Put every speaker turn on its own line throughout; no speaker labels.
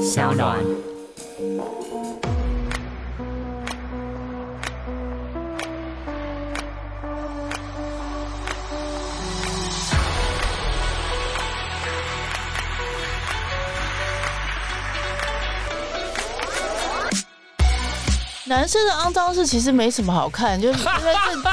小暖。
男生的肮脏事其实没什么好看， 就是因为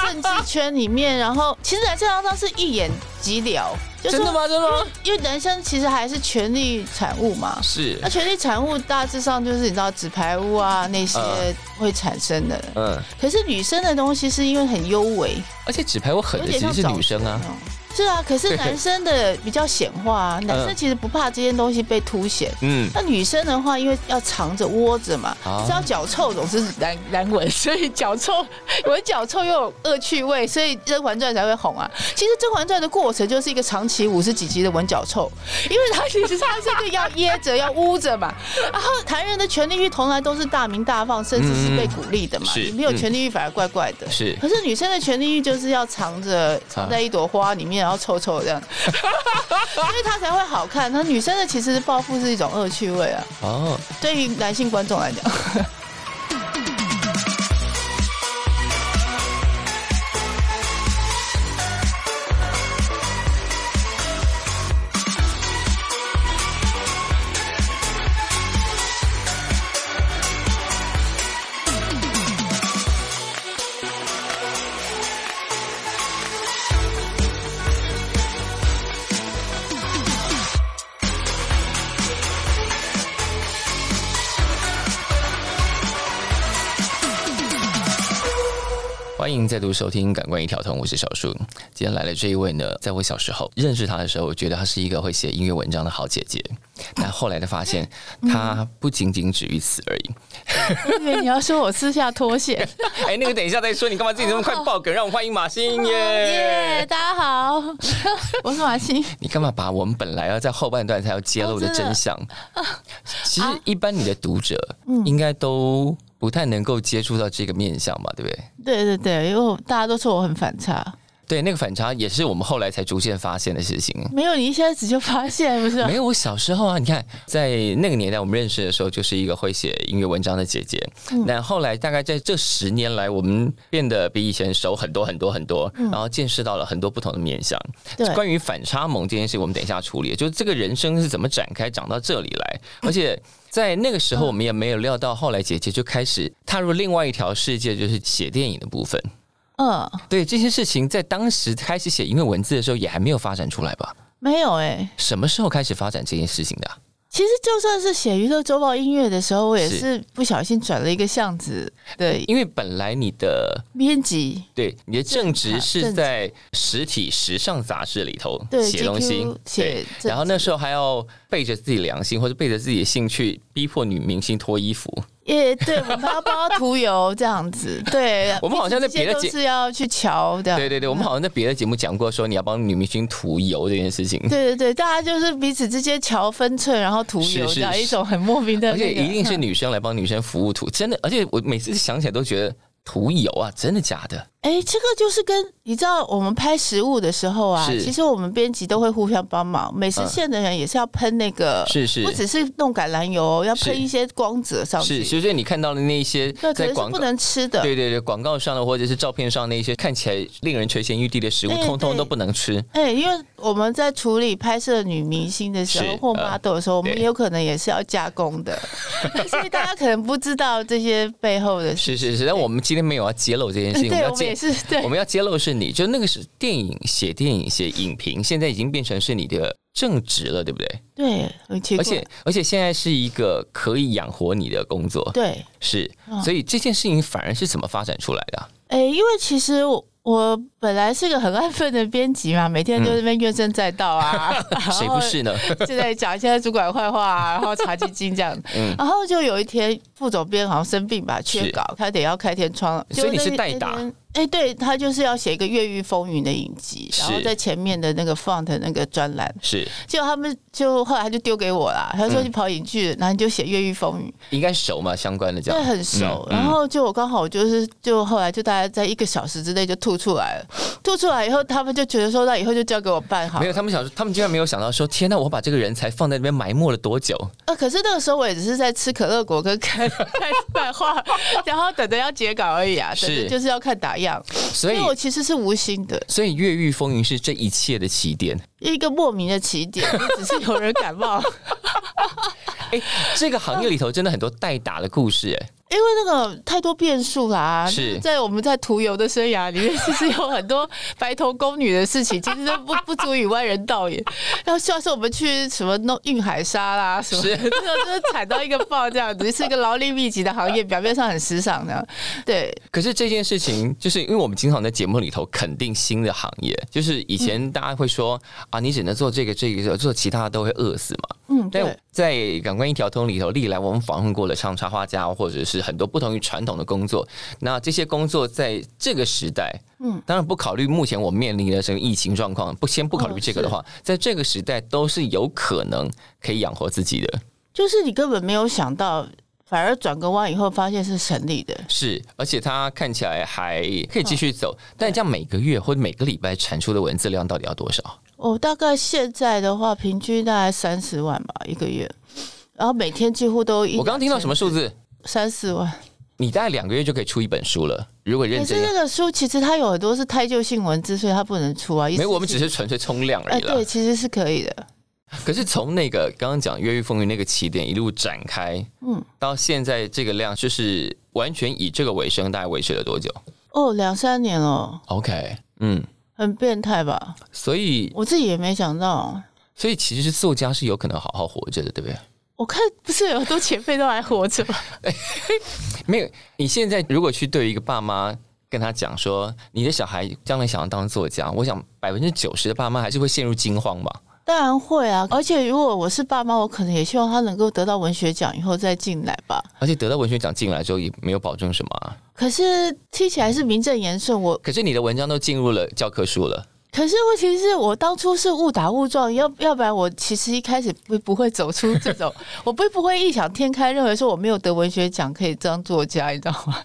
政政治圈里面，然后其实男生的肮脏事一眼即了，就是
真的吗？真的吗？
因为男生其实还是权力产物嘛。
是
那，权力产物大致上就是你知道纸牌屋啊那些
嗯
会产生的，
嗯，
可是女生的东西是因为很优美，
而且纸牌我狠
有
的
点
其
像
实是
早
女生啊
熟，那种。是啊，可 是
对
男生的比较显化啊，男生
嗯
其实不怕这些东西被凸显。
嗯，
那女生的话，因为要藏着窝着嘛，
啊
知道脚臭总是难难闻，所以脚臭，闻脚臭又有恶趣味，所以《甄嬛传》才会红啊。其实《甄嬛传》的过程就是一个长期五十几集的闻脚臭，因为它其实它是一个要掖着、要捂着嘛。然后男人的权力欲从来都是大鸣大放，甚至是被鼓励的嘛。
嗯是嗯
你没有权力欲反而怪怪的。
是
可是女生的权力欲就是要藏着，藏在一朵花里面，然后臭臭 这样，所以它才会好看。那女生的其实报复是一种恶趣味啊。
哦，
对于男性观众来讲，
欢迎再度收听《感官一条通》，我是小树。今天来的这一位呢，在我小时候认识她的时候，我觉得她是一个会写音乐文章的好姐姐，但后来的发现，她不仅仅止于此而已。
我以为你要说我私下脱 鞋。
哎，那个等一下再说，你干嘛自己这么快爆梗？让我们欢迎马欣
耶
耶！
大家 好，我是马欣。
你干嘛把我们本来要在后半段才要揭露的
哦真的
真相？其实一般你的读者应该都不太能够接触到这个面相吧，对不对？
对对对，因为我大家都说我很反差，
对，那个反差也是我们后来才逐渐发现的事情。
没有你一下子就发现不是？
没有，我小时候啊，你看，在那个年代我们认识的时候，就是一个会写音乐文章的姐姐。那、后来大概在这十年来，我们变得比以前熟很多很多很多，然后见识到了很多不同的面相。
对
关于反差萌这件事，我们等一下处理，就是这个人生是怎么展开长到这里来，而且。在那个时候，我们也没有料到，后来姐姐就开始踏入另外一条世界，就是写电影的部分。
嗯，
对这些事情，在当时开始写音乐文字的时候，也还没有发展出来吧？
没有哎、
什么时候开始发展这件事情的啊、
其实就算是写娱乐周报音乐的时候，我也
是
是不小心转了一个巷子的
因为本来你的
编辑。
对你的正职
正
是在实体时尚杂志里头
对
写东西
GQ，
对
写正职
然后那时候还要背着自己良心或者背着自己的兴趣，逼迫女明星脱衣服。
也对，我们还要帮他涂油这样子。对，
我们好像在别的
这些
节
都是要去瞧的。
对对对，我们好像在别的节目讲过，说你要帮女明星涂油这件事情。
对对对，大家就是彼此之间瞧分寸，然后涂
是
油，
是
这样
是
一种很莫名的、
而
那个。
且一定是
嗯
女生来帮女生服 务涂，真的。而且我每次想起来都觉得涂油啊，真的假的？
哎、这个就是跟你知道，我们拍食物的时候啊，
是
其实我们编辑都会互相帮忙，美食
嗯
线的人也是要喷那个，
是是
不只是弄橄榄油哦，要
是
喷一些光泽上去，
是，就是你看到的那一些
对，可
在
能是
广
不
告。
能吃的。
对对对，广告上的或者是照片上那一些看起来令人垂涎欲滴的食物，
对
通通都
对
不能吃。
哎、因为我们在处理拍摄女明星的时候
是
或
呃
model 的时候，我们
对
也有可能也是要加工的， 所以大家可能不知道这些背后的事。
是是是，但我们今天没有要揭露这件事情，
对，
要
我们也
揭。
是对
我。们要揭露是你，就那个是电影写电影写影评，现在已经变成是你的正职了，对不对？
对，很奇
而
怪。
且而且现在是一个可以养活你的工作，
对，
是，
嗯
所以这件事情反而是怎么发展出来的啊、
哎、因为其实我我本来是个很安分的编辑嘛，每天就在那边怨声载道啊，
谁不是呢？
就在讲一些主管坏话、啊，然后查基金这样。然后就有一天副总编好像生病吧，缺
嗯是
稿，他得要开天窗，
所以你
结果
是
那
代打
那天哎、对他就是要写一个越狱风云的影集，然后
是
在前面的那个放的那个专栏，
是
结果他们就后来他就丢给我啦，
嗯
他说你跑影剧，然后你就写越狱风云，
应该熟嘛，相关的这
对，
样
很熟。
嗯
然后就我刚好我就是就后来就大概在一个小时之内就吐出来了，吐出来以后他们就觉得说那以后就交给我办好
没
了
有，。他们想说，他们居然没有想到说，天呐，我把这个人才放在那边埋没了多久？
呃，可是那个时候我也只是在吃可乐果跟看看漫画，然后等着要截稿而已啊，等着
是
就是要看打样。
所以
因为，我其实是无心的，
所以《越狱风云》是这一切的起点。
一个莫名的起点，就只是有人感 冒。
哎，这个行业里头真的很多代打的故事，哎，
因为那个太多变数啦，
是
在我们在途游的生涯里面，其实有很多白头宫女的事情，其实都不不足以外人道也。然后像是我们去什么弄运海沙啦，什么
是
这种就是惨到一个爆这样子，是一个劳力密集的行业，表面上很时尚的，对，
可是这件事情，就是因为我们经常在节目里头肯定新的行业，就是以前大家会说、啊，你只能做这个这个，做其他的都会饿死嘛。
嗯，对
但。在《感官一条通》里头，历来我们访问过的像插画家，或者是很多不同于传统的工作，那这些工作在这个时代，嗯，当然不考虑目前我面临的这个疫情状况，不先不考虑这个的话，在这个时代都是有可能可以养活自己的，
就是你根本没有想到，反而转个弯以后发现是省力的。
是，而且它看起来还可以继续走，
嗯
但这样每个月或者每个礼拜产出的文字量到底要多少？
我、大概现在的话，平均大概三十万吧一个月，然后每天几乎都一
我刚刚听到什么数字？
三四万。
你大概两个月就可以出一本书了，如果认
可
真
是那
要。
个书其实它有很多是胎教性文字，所以它不能出啊。意思
没有，我们只是纯粹冲量而
哎、
已啦。
对，其实是可以的。
可是从那个刚刚讲《越狱风云》那个起点一路展开，嗯，到现在这个量，就是完全以这个为生，大概维持了多久
哦，两三年了，
？OK，嗯，
很变态吧？
所以
我自己也没想到。
所以其实作家是有可能好好活着的，对不对？
我看不是有很多前辈都还活 着吗？
没有，你现在如果去对一个爸妈跟他讲说，你的小孩将来想要当作家，我想百分之九十的爸妈还是会陷入惊慌吧。
当然会啊，而且如果我是爸妈，我可能也希望他能够得到文学奖以后再进来吧。
而且得到文学奖进来之后，也没有保证什么、啊。
可是听起来是名正言顺，我
可是你的文章都进入了教科书了，
可是问题是我当初是误打误撞，要要不然我其实一开始不不会走出这种，我不不会异想天开，认为说我没有得文学奖可以当作家，你知道吗？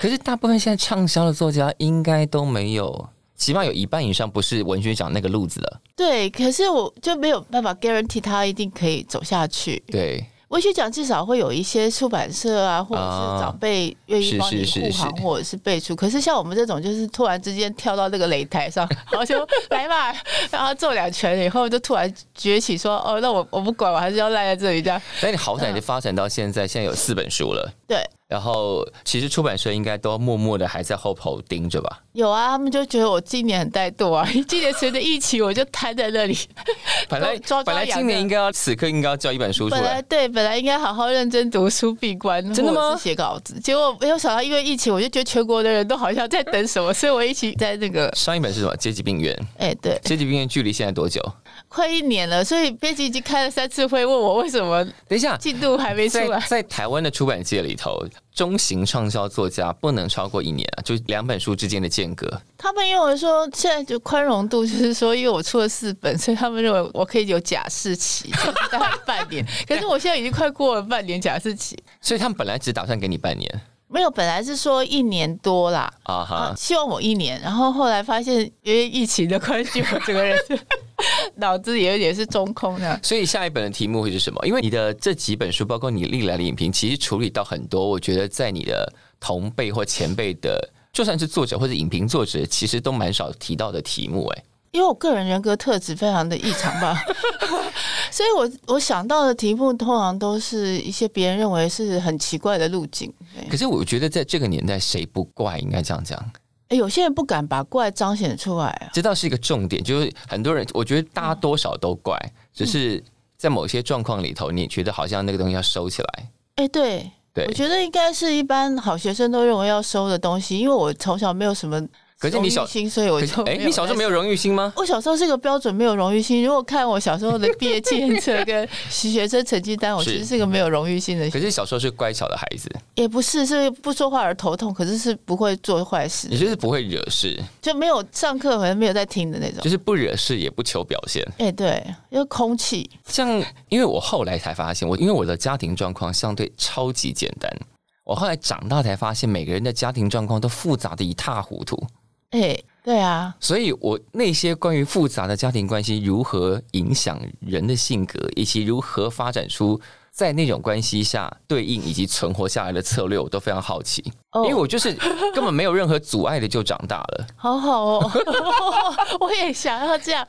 可是大部分现在畅销的作家应该都没有，起码有一半以上不是文学奖那个路子的。
对，可是我就没有办法 guarantee 他一定可以走下去。
对，
文学奖至少会有一些出版社啊，或者
啊
是长辈愿意
是
帮你
是
护
是
航，
是
或者是背书。可是像我们这种，就是突然之间跳到那个擂台上， 然后就来吧，然后揍两拳以后，就突然崛起说：“哦，那我我不管，我还是要赖在这里。”这样
但你好歹就发展到现在，现在有四本书了。
对。
然后，其实出版社应该都默默的还在后头盯着吧。
有啊，他们就觉得我今年很怠惰啊， 今年随着疫情我就瘫在 那里。
本来
抓抓
本来
痒
今年
的
应该要此刻应该要交一本书出
本来
来，
对，本来应该好好认真读书闭关，
真的吗
或者是写稿子，结果没有想到因为疫情，我就觉得全国的人都好像在等什么，所以我一起在那个，
上一本是什么？阶级病院。
哎、对，
阶级病院距离现在多久？
快一年了，所以编辑已经开了三次会，问我为什么
等一下，
进度还没出
在
来。
在台湾的出版界里头，中型畅销作家不能超过一年啊，就两本书之间的间隔。
他们认为说现在就宽容度，就是说因为我出了四本，所以他们认为我可以有假释期，就是大概半年。可是我现在已经快过了半年假释期，
所以他们本来只打算给你半年
没有，本来是说一年多啦。
啊哈。
啊，希望我一年，然后后来发现因为疫情的关系，我整个人是 脑子也有点是中空的。
所以下一本的题目会是什么？因为你的这几本书，包括你历来的影评，其实处理到很多，我觉得在你的同辈或前辈的，就算是作者或者影评作者，其实都蛮少提到的题目、哎，
因为我个人人格特质非常的异常 吧，所以我我想到的题目通常都是一些别人认为是很奇怪的路径。对
可是我觉得在这个年代，谁不怪？应该这样讲，
诶有些人不敢把怪彰显出来啊，
这倒是一个重点。就是很多人，我觉得大家多少都怪，只是在某些状况里头，你觉得好像那个东西要收起来。
哎、对。
对
我觉得应该是一般好学生都认为要收的东西，因为我从小没有什么
可是你小
荣誉，心，所以我
可
就
哎，
没哎
你小时候没有荣誉心吗？
我小时候是个标准没有荣誉心。如果看我小时候的毕业纪念册 跟学生成绩单，我其实
是
是个没有荣誉心的，
可是小时候是乖巧的孩子，
也不是是不说话而头痛，可是是不会做坏事
你，就是不会惹事，
就没有上课好像没有在听的那种
就。是不惹事也不求表现。
哎、对，因为空气
像因为我后来才发现，我因为我的家庭状况相对超级简单，我后来长大才发现，每个人的家庭状况都复杂的一塌糊涂。
哎、对啊，
所以，我那些关于复杂的家庭关系如何影响人的性格，以及如何发展出在那种关系下对应以及存活下来的策略，我都非常好奇。
哦
因为我就是根本没有任何阻碍的就长大了。
好好哦， 我也想要这样。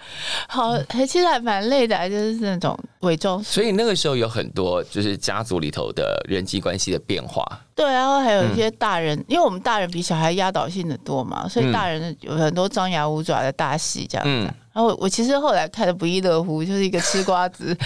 好，
嗯
还其实还蛮累的，啊就是那种伪装。
所以那个时候有很多就是家族里头的人际关系的变化，
对，然后还有一些
嗯
大人，因为我们大人比小孩压倒性的多嘛，所以大人有很多张牙舞爪的大戏这样子啊。
嗯
然后我我其实后来看的不亦乐乎，就是一个吃瓜子。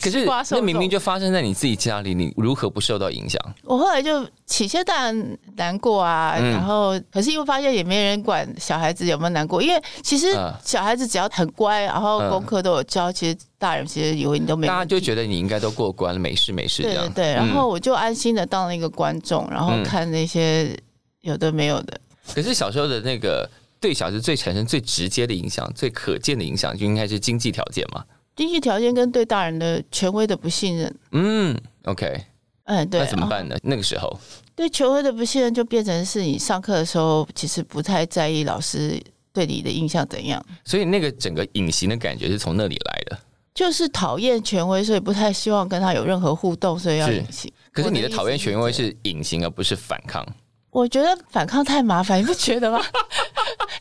可是
吃瓜受
那
众
明明就发生在你自己家里，你如何不受到影响？
我后来就起先当然难过啊，
嗯
然后可是又发现也没人管小孩子有没有难过，因为其实
嗯
小孩子只要很乖，然后
嗯
功课都有交，其实大人其实以为你都没
大家
问
就
题
觉得你应该都过关了，没事没事这
对对
样。
对，然后我就安心的当了一个观众，然后
嗯
看那些有的没有的。
可是小时候的那个对小时候最产生最直接的影响、最可见的影响，就应该是经济条件嘛。
经济条件跟对大人的权威的不信任，
嗯，OK，
嗯，对，
那怎么
啊
办呢？那个时候，
对权威的不信任就变成是你上课的时候其实不太在意老师对你的印象怎样，
所以那个整个隐形的感觉是从那里来的。
就是讨厌权威，所以不太希望跟他有任何互动，所以要
是
隐形。
可是你
我的
的
意思
讨厌权威
是
是隐形，而不是反抗。
我觉得反抗太麻烦，你不 觉得吗？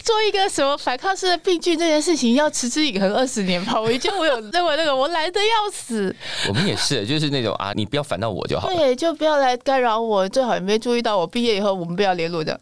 做一个什么反抗式的病菌这件事情，要持之以恒二十年吧。我觉得我有认为那个我懒得要死，
我们也是，就是那种啊，你不要烦到我就好了。
对，就不要来干扰我，最好也没注意到我毕业以后我们不要联络的。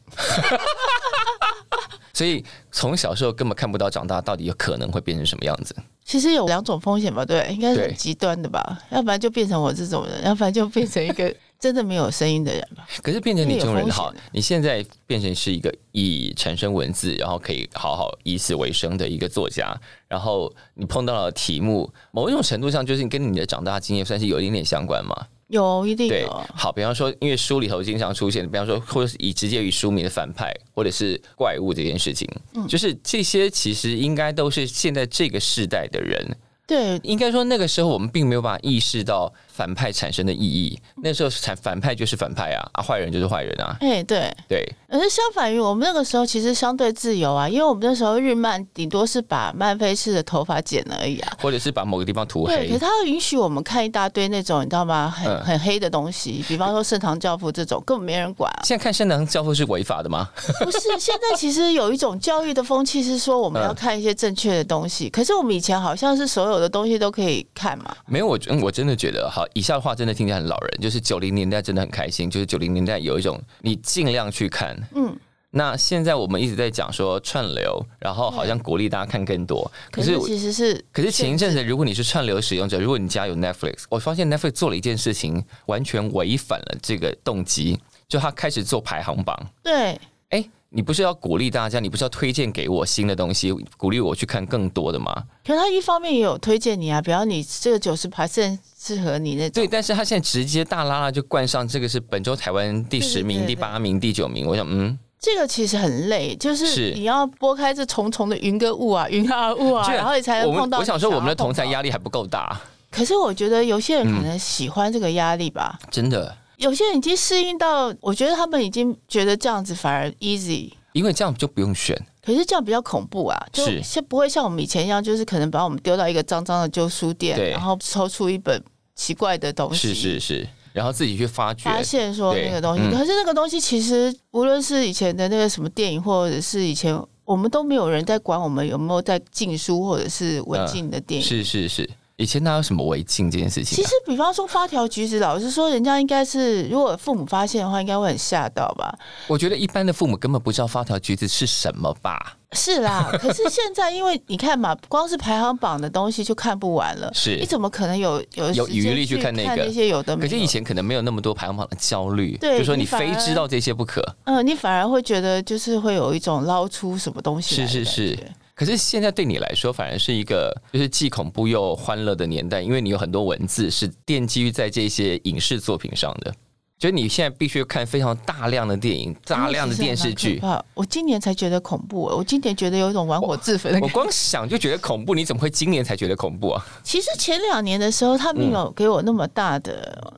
所以从小时候根本看不到长大到底有可能会变成什么样子。
其实有两种风险吧，对，应该是
对
很极端的吧，要不然就变成我这种人，要不然就变成一个 真的没有声音的人吧。
可是变成你这种人
那有
好
风险，
你现在变成是一个以产生文字，然后可以好好以此为生的一个作家，然后你碰到了题目，某一种程度上就是跟你的长大经验算是有一点点相关嘛。
有，一定
对
有，，啊
好，比方说，因为书里头经常出现，比方说，或者是以直接与书名的反派，或者是怪物这件事情，
嗯
就是这些其实应该都是现在这个世代的人
对，
应该说那个时候我们并没有办法意识到反派产生的意义。那时候反反派就是反派啊，啊坏人就是坏人啊，
哎、对。
对，
可是相反于我们那个时候，其实相对自由啊，因为我们那时候日漫顶多是把漫菲式的头发剪了而已啊。
或者是把某个地方涂
对，可
黑
是。他允许我们看一大堆那种你知道吗？很、
嗯
很黑的东西，比方说《圣堂教父》这种，根本没人管 啊。
现在看《圣堂教父》是违法的吗？
不是，现在其实有一种教育的风气是说我们要
嗯
看一些正确的东西，可是我们以前好像是所有的东西都可以看嘛。
没有，我嗯我真的觉得，好，以下的话真的听起来很老人，就是九零年代真的很开心，就是九零年代有一种你尽量去看，
嗯
嗯。那现在我们一直在讲说串流，然后好像鼓励大家看更多，
可
可是
是
我
其实是，
可是前一阵子，如果你是串流使用者，如果你家有 Netflix，我发现 Netflix 做了一件事情，完全违反了这个动机，就他开始做排行榜。
对
哎，你不是要鼓励大家，你不是要推荐给我新的东西，鼓励我去看更多的吗？
可是他一方面也有推荐你啊，比方你这个九十 percent 适合你那种
对，，但是他现在直接大拉拉就冠上这个是本周台湾第十名、
对对对
第八名、第九名，我想嗯，
这个其实很累，就是
是
你要拨开这重重的云跟雾啊， 云啊雾啊，
居
然后你才能
我们
碰到。
我想说，我们的同台
压，
压力还嗯不够大，
可是我觉得有些人可能喜欢这个压力吧，
真的，
有些人已经适应到，我觉得他们已经觉得这样子反而 easy。
因为这样就不用选。
可是这样比较恐怖啊，就是像不会像我们以前一样，就是可能把我们丢到一个脏脏的旧书店，
对
然后抽出一本奇怪的东西，
是是是，然后自己去发掘。
发现说那个东西。
对嗯
可是那个东西其实无论是以前的那个什么电影，或者是以前我们都没有人在管我们有没有在禁书或者是文禁的电影。
啊是是是，以前哪有什么违禁这件事情、啊？
其实，比方说发条橘子，老实说，人家应该是，如果父母发现的话，应该会很吓到吧？
我觉得一般的父母根本不知道发条橘子是什么吧？
是 啦，可是现在因为你看嘛，光是排行榜的东西就看不完了，
是
你怎么可能有有
有
时间
余力去
去
看那个
那些有的没
可
有？
是以前可能没有那么多排行榜的焦虑，
对
就说
你
你
反
非
而
知道这些不可。
嗯，你反而会觉得就是会有一种捞出什么东西来
是
的
是
感
是
觉。
可是现在对你来说，反而是一个就是既恐怖又欢乐的年代，因为你有很多文字是奠基于在这些影视作品上的。就是你现在必须看非常大量的电影、大量的电视
其
剧
实还，蛮可怕。我今年才觉得恐怖，我今年觉得有一种玩火自焚的
我
感觉。
光想就觉得恐怖。你怎么会今年才觉得恐怖 啊？
其实前两年的时候，他没有给我那么大的。
嗯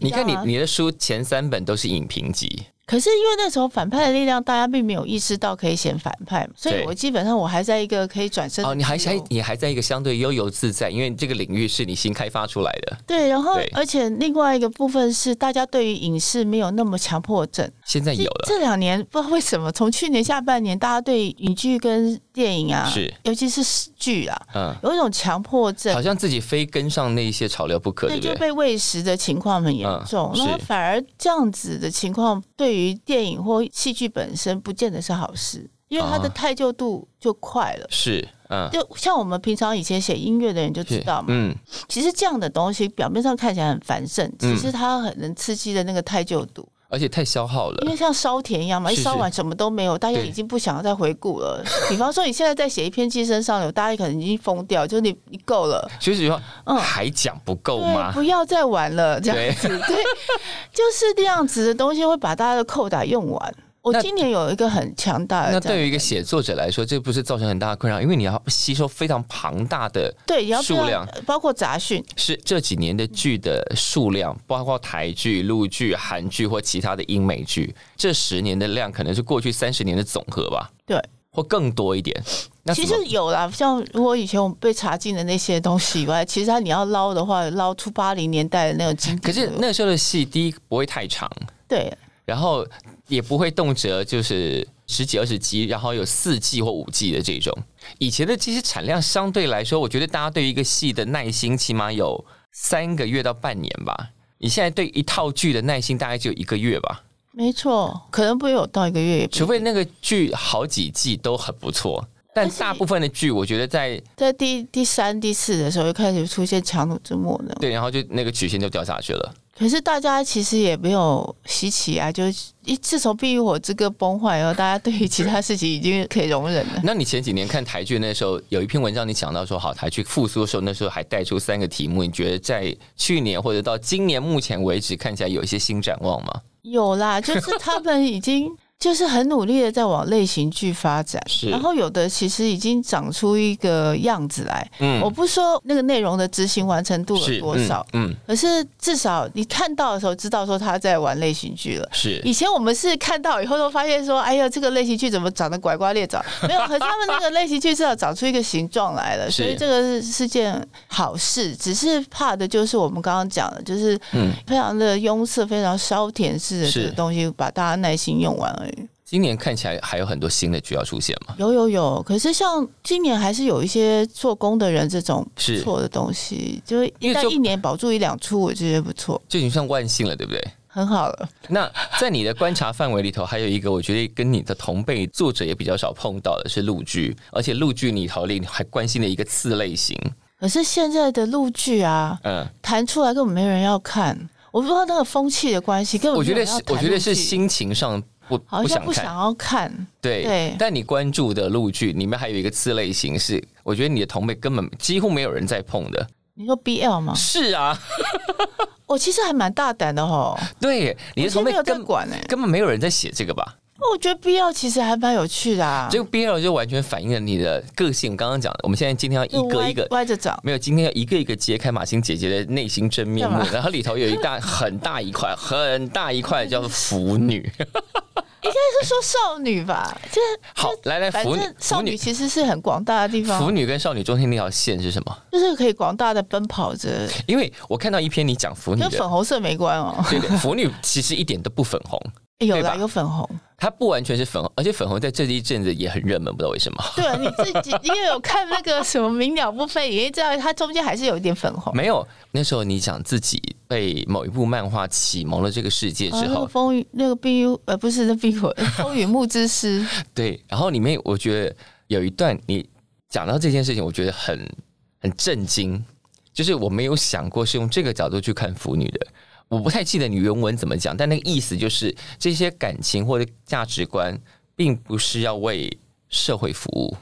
你看你
啊
你的书前三本都是影评集，
可是因为那时候反派的力量，大家并没有意识到可以显反派嘛，所以
对
我基本上我还在一个可以转身的
哦，你还
自由
还你还在一个相对悠游自在，因为这个领域是你新开发出来的。
对，然后
对
而且另外一个部分是，大家对于影视没有那么强迫症。
现在有
这
了，
这两年不知道为什么，从去年下半年，大家对影剧跟电影啊，
是
尤其是剧啊，
嗯，
有一种强迫症
好，像自己非跟上那一些潮流不可，
对，
对不
就
对？
被喂食的情况很严重
嗯，
那、
是
反而这样子的情况，对于电影或戏剧本身，不见得是好事，因为它的
啊
太就度就快了。
是，嗯，
就像我们平常以前写音乐的人就知
是
道嘛，
嗯，
其实这样的东西表面上看起来很繁盛，
嗯
其实它很能刺激的那个太就度，
而且太消耗
因
了
为。像烧田一样嘛，一
是
烧完什么都没有，大家
对
已经不想要再回顾了。比方说你现在在写一篇《寄生上流》，大家可能已经疯掉，就是你你够了，
所以说，
嗯
还讲不够
对，
吗？
不要再玩了，这样
对，
就是这样子的东西会把大家的扣打用完。我
那
今年有一个很强大的
那
这样，
对于一个写作者来说，这不是造成很大的困扰，因为你要吸收非常庞大的
对你要不
数
要
量
包括杂讯，
是这几年的剧的数量，包括台剧、陆剧、韩剧或其他的英美剧，这十年的量可能是过去三十年的总和吧，
对，
或更多一点。那
其
怎
实
么
有啦，像如果以前我们被查禁的那些东西以外，其实它你要捞的话，捞出八零年代的那种经典。
可是那时候的戏，第一不会太长，
对
然后也不会动辄就是十几二十集，然后有四季或五季的这种。以前的这些产量相对来说，我觉得大家对于一个戏的耐心起码有三个月到半年吧。你现在对一套剧的耐心大概只有一个月吧，
没错，可能不会有到一个月也不，
除非那个剧好几季都很不错。但大部分的剧，我觉得在
在第第三、第四的时候就开始出现强弩之末呢。
对，然后就那个曲线就掉下去了。
可是大家其实也没有稀奇啊，就是一自从《碧与火之歌》崩坏以后，大家对于其他事情已经可以容忍了。
那你前几年看台剧那时候，有一篇文章你讲到说，好台剧复苏的时候，那时候还带出三个题目，你觉得在去年或者到今年目前为止，看起来有一些新展望吗？
有 啦，就是他们已经就是很努力的在往类型剧发展，
是
然后有的其实已经长出一个样子来。
嗯
我不说那个内容的执行完成度有多少，
嗯，嗯
可是至少你看到的时候知道说他在玩类型剧了。
是
以前我们是看到以后都发现说，哎呀，这个类型剧怎么长得拐瓜裂枣？没 有，可是他们那个类型剧至少长出一个形状来了，
是
所以这个是是件好事。只是怕的就是我们刚刚讲的，就是
嗯
非常的庸涩、非常烧甜式的
是
这个东西，把大家耐心用完而已。
今年看起来还有很多新的剧要出现嘛？
有有有，可是像今年还是有一些做工的人这种不
是
错的东西，就是
因为
但
做
一年保住一两出，我觉得不错，
就已经算万幸了，对不对？
很好了。
那在你的观察范围里头，还有一个我觉得跟你的同辈作者也比较少碰到的是陆剧，而且陆剧里头里还关心的一个次类型，
可是现在的陆剧啊，
嗯，
弹出来根本没人要看，我不知道那个风气的关系，根本
我
没
觉
有人
得
要
是
谈
我觉得是
陆剧
心情上不
好
不
像
想
不
看
想。要看，
对，
对
但你关注的陆剧里面还有一个次类型是，我觉得你的同辈根本几乎没有人在碰的。
你说 BL 吗？
是啊，
我其实还蛮大胆的吼，
对，
我
你的
其实
同
没
辈
有在
根
管哎、
根本没有人在写这个吧？
我觉得 BL 其实还蛮有趣的啊，
这个 BL 就完全反映了你的个性。刚刚讲的，我们现在今天要
就
一哎个
歪
一个。
歪着长，
没有，今天要一个一个揭开马欣姐姐的内心真面目
干嘛，
然后里头有一大很大一块很大一块叫 腐女。
但是说少女吧，就是
好，来来
反
哎腐女
正，少
腐
女
女，
其实是很广大的地
腐
方，
女跟少女中间那条线是什么？
就是可以广大的奔跑着，
因为我看到一篇你讲腐女
跟
的，
粉红色没关哦，
对对，腐女其实一点都不粉红，
有
对吧
啦有粉红，
它不完全是粉红，而且粉红在这一阵子也很热门，不知道为什么。
对啊你自己，因为有看那个什么《鸣鸟不飞》，也知道它中间还是有一点粉红。
没有，那时候你想自己被某一部漫画启蒙了这个世界之
哦，那
后，
个风雨，那个碧玉，呃，不是那 碧玉，风雨木之诗，
对，然后里面我觉得有一段你讲到这件事情，我觉得很很震惊，就是我没有想过是用这个角度去看腐女的。我不太记得你原文怎么讲，但那个意思就是这些感情或者价值观，并不是要为社会服务。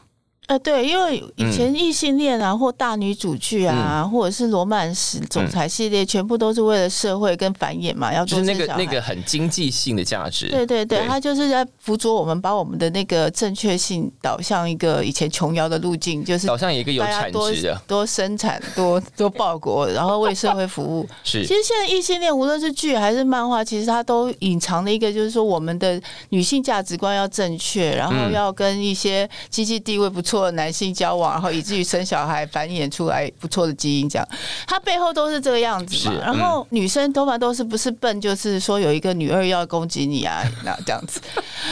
呃，对，因为以前异性恋
嗯
啊，或大女主剧啊，或者是罗曼史总裁系列，全部都是为了社会跟繁衍嘛，要
嗯就
多
是
生
那个
小孩。
那个很经济性的价值。
对对对，他就是在辅佐我们，把我们的那个正确性导向一个以前琼瑶的路径，就是
岛上有一个有
大家
产
多
值的，
多生产、多多报国，然后为社会服务。
是
其实现在异性恋无论是剧还是漫画，其实它都隐藏了一个，就是说我们的女性价值观要正确，然后
嗯
要跟一些经济地位不错的男性交往，然后以至于生小孩繁衍出来不错的基因，这样它背后都是这个样子嘛
是。嗯
然后女生多半都是不是笨，就是说有一个女二要攻击你 啊，那这样子。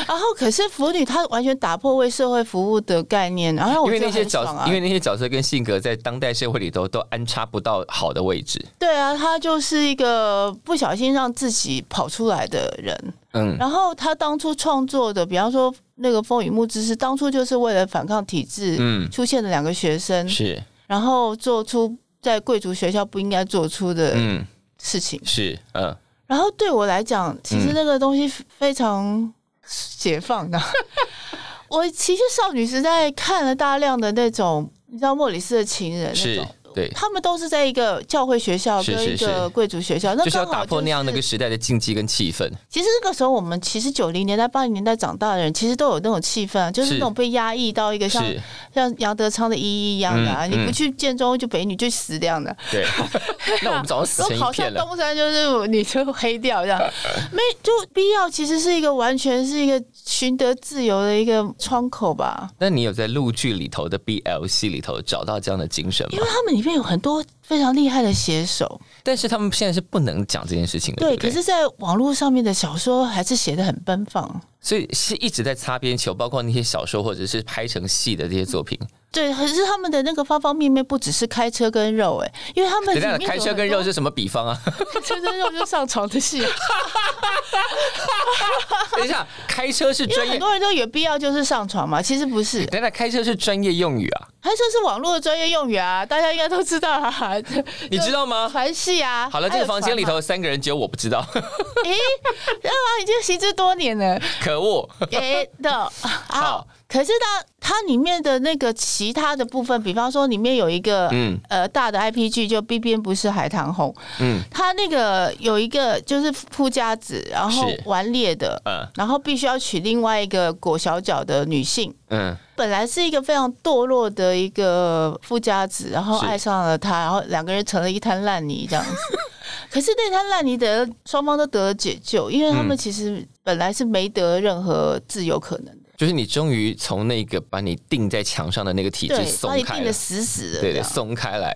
然后可是腐女她完全打破为社会服务的概念，然后我
因为
觉
那
得
些
很
角
爽啊
色，因。为那些角色跟性格在当代社会里头都安插不到好的位置。
对啊，她就是一个不小心让自己跑出来的人。
嗯，
然后他当初创作的，比方说那个《风雨木之诗》，当初就是为了反抗体制，
嗯
出现的两个学生，
是，
然后做出在贵族学校不应该做出的
嗯，
事情。
是，嗯，
然后对我来讲，其实
嗯
那个东西非常解放 的。我其实少女时代看了大量的那种，你知道莫里斯的情人那
是
种。，
对，
他们都是在一个教会学校
是
跟一
是
个
是
贵族学校，那
就是要
刚好
打破那样的一
是
个时代的禁忌跟气氛。
其实那个时候，我们其实九零年代、八零年代长大的人，其实都有那种气氛啊，就是
是
那种被压抑到一个像
是，
像杨德昌的《一一》一样的啊，
嗯
你不
嗯
去建中就北女就死这样的。
对。那我们早上死
如果
成一
考
片
上
了。
东山，就是你就黑掉 这样，没就必要。其实是一个完全是一个寻得自由的一个窗口吧，
那你有在陆剧里头的 BL 戏里头找到这样的精神
因
吗
为？他们里面有很多非常厉害的写手，
但是他们现在是不能讲这件事情的，
对，
对
可
不对？
是，在网络上面的小说还是写的很奔放。
所以是一直在擦边球，包括那些小说或者是拍成戏的这些作品。
对，可是他们的那个方方面面不只是开车跟肉、哎，因为他们
等
里
一下
面
开
有
车
很
跟
多
肉是什么比方啊？
车跟肉就上床的 戏、啊，
等一下，开车是
因为
专
很
业，
多人都有必要就是上床嘛，其实不是，
等一下开车是专业用语啊，
还说是网络的专业用语啊，大家应该都知道啊。
你知道吗？
传戏啊，
好了，这
还有
个房间里
传
头三个人只有我不知道，
嘛，诶，那王啊已经行之多年了，
可恶！
诶的，好
好。
可是它它里面的那个其他的部分，比方说里面有一个、
嗯
呃大的 IP g 就 B 边不是海棠红，
嗯
它那个有一个就是夫家子，然后
是
顽劣的，
嗯
然后必须要娶另外一个裹小脚的女性，
嗯，
本来是一个非常堕落的一个富家子，然后
是
爱上了他，然后两个人成了一滩烂泥 这样子。可是那滩烂泥得双方都得了解救，因为他们
嗯
其实本来是没得任何自由可能的，
就是你终于从那个把你钉在墙上的那个体制
对，把
松
你
开
定
了
的，死嗯死的，
对
这
对，
样
松开来。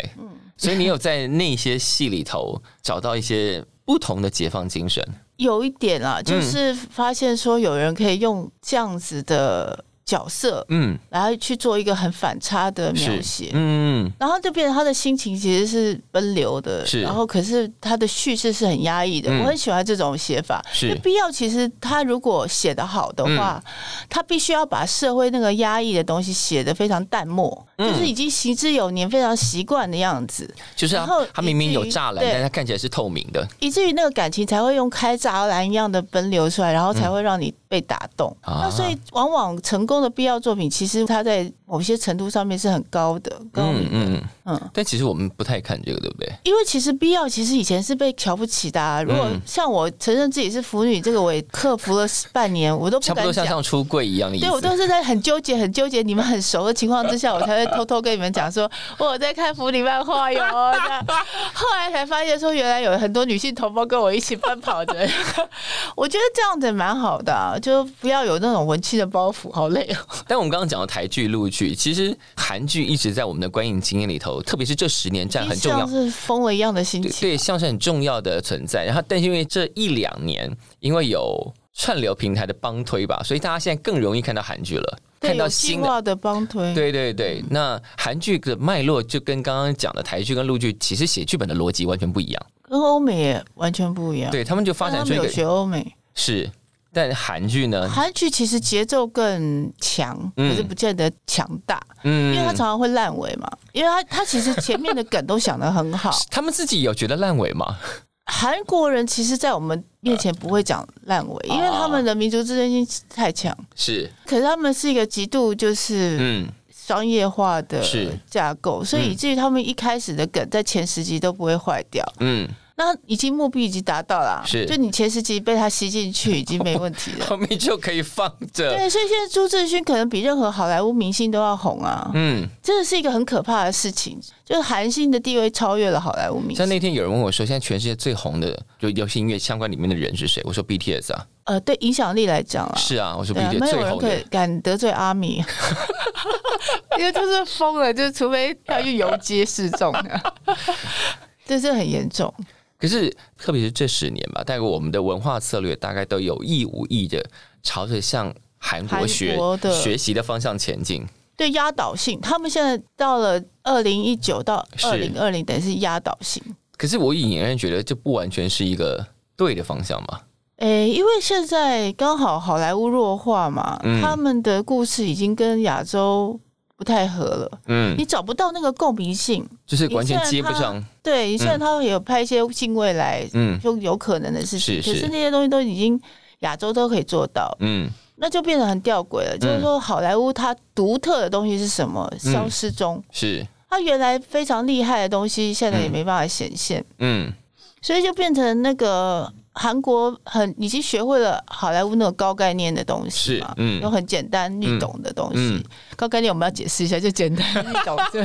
所以你有在那些戏里头找到一些不同的解放精神，
有一点啦，就是发现说有人可以用这样子的角色，
嗯，
然后去做一个很反差的描
是
写，，
嗯，
然后就变成他的心情其实是奔流的，
是
然后可是他的叙事是很压抑的，
嗯
我很喜欢这种写法。
是嗯
那必要其实他如果写得好的话，他必须要把社会那个压抑的东西写得非常淡漠，
嗯
就是已经行之有年、非常习惯的样子，
就是
然后
他他明明有
以至于
栅栏，
对
但他看起来是透明的
以至于那个感情才会用开闸栏一样的奔流出来，然后才会让你被打动。
啊
那所以往往成功的必要作品，其实它在某些程度上面是很高的，高明
嗯嗯嗯，
嗯
但其实我们不太看这个，对不对？
因为其实 BL 其实以前是被瞧不起的、啊，如果
嗯
像我承认自己是腐女，这个我也克服了半年，我都
差
不
不
敢
多像
讲。
像出柜一样的意思。
对，我都是在很纠结、很纠结，你们很熟的情况之下，我才会偷偷跟你们讲说， 我有在看腐女漫画哟。 这样后来才发现说，原来有很多女性同胞跟我一起奔跑着。 我觉得这样子蛮好的啊、就不要有那种文青的包袱，好累哦。
但我们刚刚讲到台剧、陆剧，其实韩剧一直在我们的观影经验里头，特别是这十年占很重要
像，是疯了一样的心
对
情。
对，像是很重要的存在。然后，但是因为这一两年，因为有串流平台的帮推吧，所以大家现在更容易看到韩剧了，看到新的。
的的帮推，
对对对，那韩剧的脉络就跟刚刚讲的台剧跟陆剧，其实写剧本的逻辑完全不一样。
跟欧美也完全不一样。，
对他们就发展出一
有
个
学欧美，
是，但韩剧呢，
韩剧其实节奏更强，
嗯
可是不见得强大，因
嗯，
为它常常会烂尾嘛。因为它它其实前面的梗都想得很 好，
他们自己有觉得烂尾吗？
韩国人其实，在我们面前不会讲烂
哦
尾，因为他们的民族自尊心太强。
是，
可是他们是一个极度就是
嗯，
商业化的
是
架构，所以以至于他们一开始的梗在前十集都不会坏掉。
嗯，
那已经目的已经达到了啊，
是
就你前十集被他吸进去已经没问题了。
后面就可以放着，
对，所以现在朱志勋可能比任何好莱坞明星都要红啊，
嗯。
这是一个很可怕的事情，就是韩星的地位超越了好莱坞明
像
星。
那天有人问我说，现在全世界最红的就流行音乐相关里面的人是谁？我说 BTS 啊，
呃，对影响力来讲啊，
是啊，我说
对啊，
BTS
没有
最
人
红
可以
的，
敢得罪阿 米，因为就是疯了，就是除非要去游街示众 的，这是很严重。
可是特别是这十年吧，但我们的文化策略大概都有意无意的朝着向韩国学
韩国的
学习的方向前进，
对压倒性，他们现在到了二零一九到
是
二零二零，等于是压倒性。
可是我隐然觉得这不完全是一个对的方向嘛。
诶，因为现在刚好好莱坞弱化嘛，
嗯
他们的故事已经跟亚洲不太合了，
嗯
你，找不到那个共鸣性。
就是完全接不上。
对，虽然他们有拍一些近未来
嗯
就有可能的事情，
是是
可是那些东西都已经亚洲都可以做到，
嗯，
那就变得很吊诡了。就是说，好莱坞它独特的东西是什么？
嗯
消失中，
是，
它原来非常厉害的东西，现在也没办法显现，
嗯
所以就变成那个韩国很已经学会了好莱坞那种高概念的东西
是
嘛，，有
嗯
很简单易懂的东西。
嗯，
高概念我们要解释一下，就简单易懂，就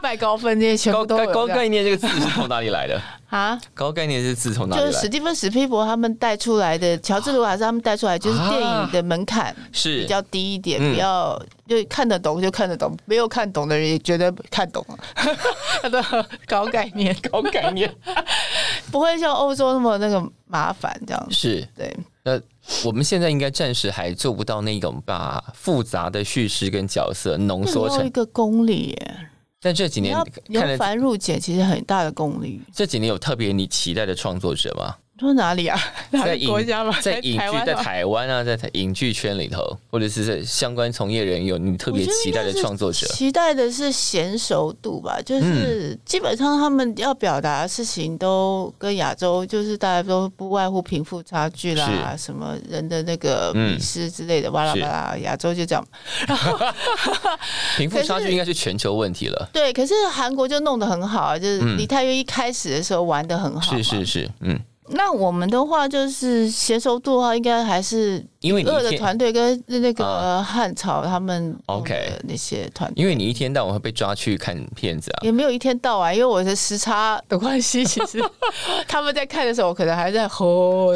卖高分这些全
高
部都
高
有
高
这样
概念这个字是从哪里 来的？
啊。
高概念是字从哪
就
里
是史
来？
蒂芬史皮伯他们带出来的，乔治卢卡斯他们带出来，就是电影的门槛比
是
较低一点，
啊嗯
比较就看得懂就看得懂，没有看懂的人也觉得看懂了，他的 高概念
高概念
不会像欧洲那么那个麻烦这样子。
是。
对，
那我们现在应该暂时还做不到那种把复杂的叙事跟角色浓缩
要一
成，
个功力耶，
但这几
你
年
要由
看了
繁入简，其实很大的功力。
这几年有特别你期待的创作者吗？
你说哪里啊？哪
在
个
影
国家吗？
在影
台
剧
湾
在
吗
台湾啊，在台影剧圈里头，或者是在相关从业人有你特别
我觉得
期待的创作者，嗯
期待的是娴熟度吧，就是基本上他们要表达的事情都跟亚洲，就是大家都不外乎贫富差距啦，什么人的那个
嗯
鄙视之类的，哇啦
是
哇啦，亚洲就这样。
贫 富
可是
差距应该是全球问题了。
对，可是韩国就弄得很好啊，就是
嗯
李泰约一开始的时候玩的很好，
是是。是，嗯，
那我们的话就是娴熟度的话，应该还是
因为你
二
一
的
天，
团队跟那个
啊
汉朝他们嗯
OK
那些团队。嗯
因为你一天到晚会被抓去看片子啊，
也没有一天到晚，因为我的时差的关 系，其实他们在看的时候，我可能还在吼。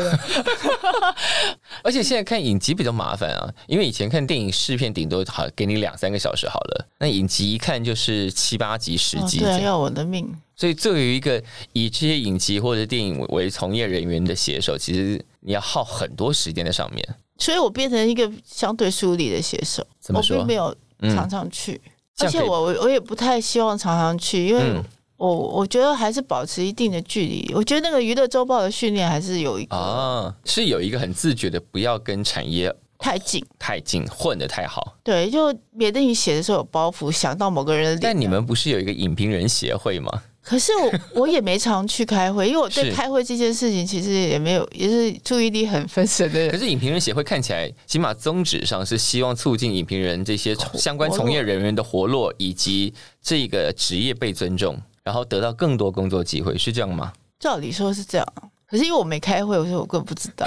而且现在看影集比较麻烦啊，因为以前看电影试片顶多好给你两三个小时好了，那影集一看就是七八集、十集这
对啊，
样。
要我的命。
所以作为一个以这些影集或者电影为从业人员的写手，其实你要耗很多时间在上面。
所以我变成一个相对疏离的写手，
怎么
我
说
并没有常
嗯，
常去，
这
而
样可以
且我我也不太希望常常去，因为
嗯
我、我觉得还是保持一定的距离。我觉得那个娱乐周报的训练还是有一个
啊，是有一个很自觉的，不要跟产业
太近，
太近，混得太好。
对，就免得你写的时候有包袱，想到某个人的脸
但你们不是有一个影评人协会吗？
可是 我我也没常去开会，因为我对
是
开会这件事情其实也没有，也是注意力很分神的
可
人。
是影评人协会看起来，起码宗旨上是希望促进影评人这些从相关从业人员的活络，以及这个职业被尊重，然后得到更多工作机会，是这样吗？
照理说是这样，可是因为我没开会，我说我根本不知道。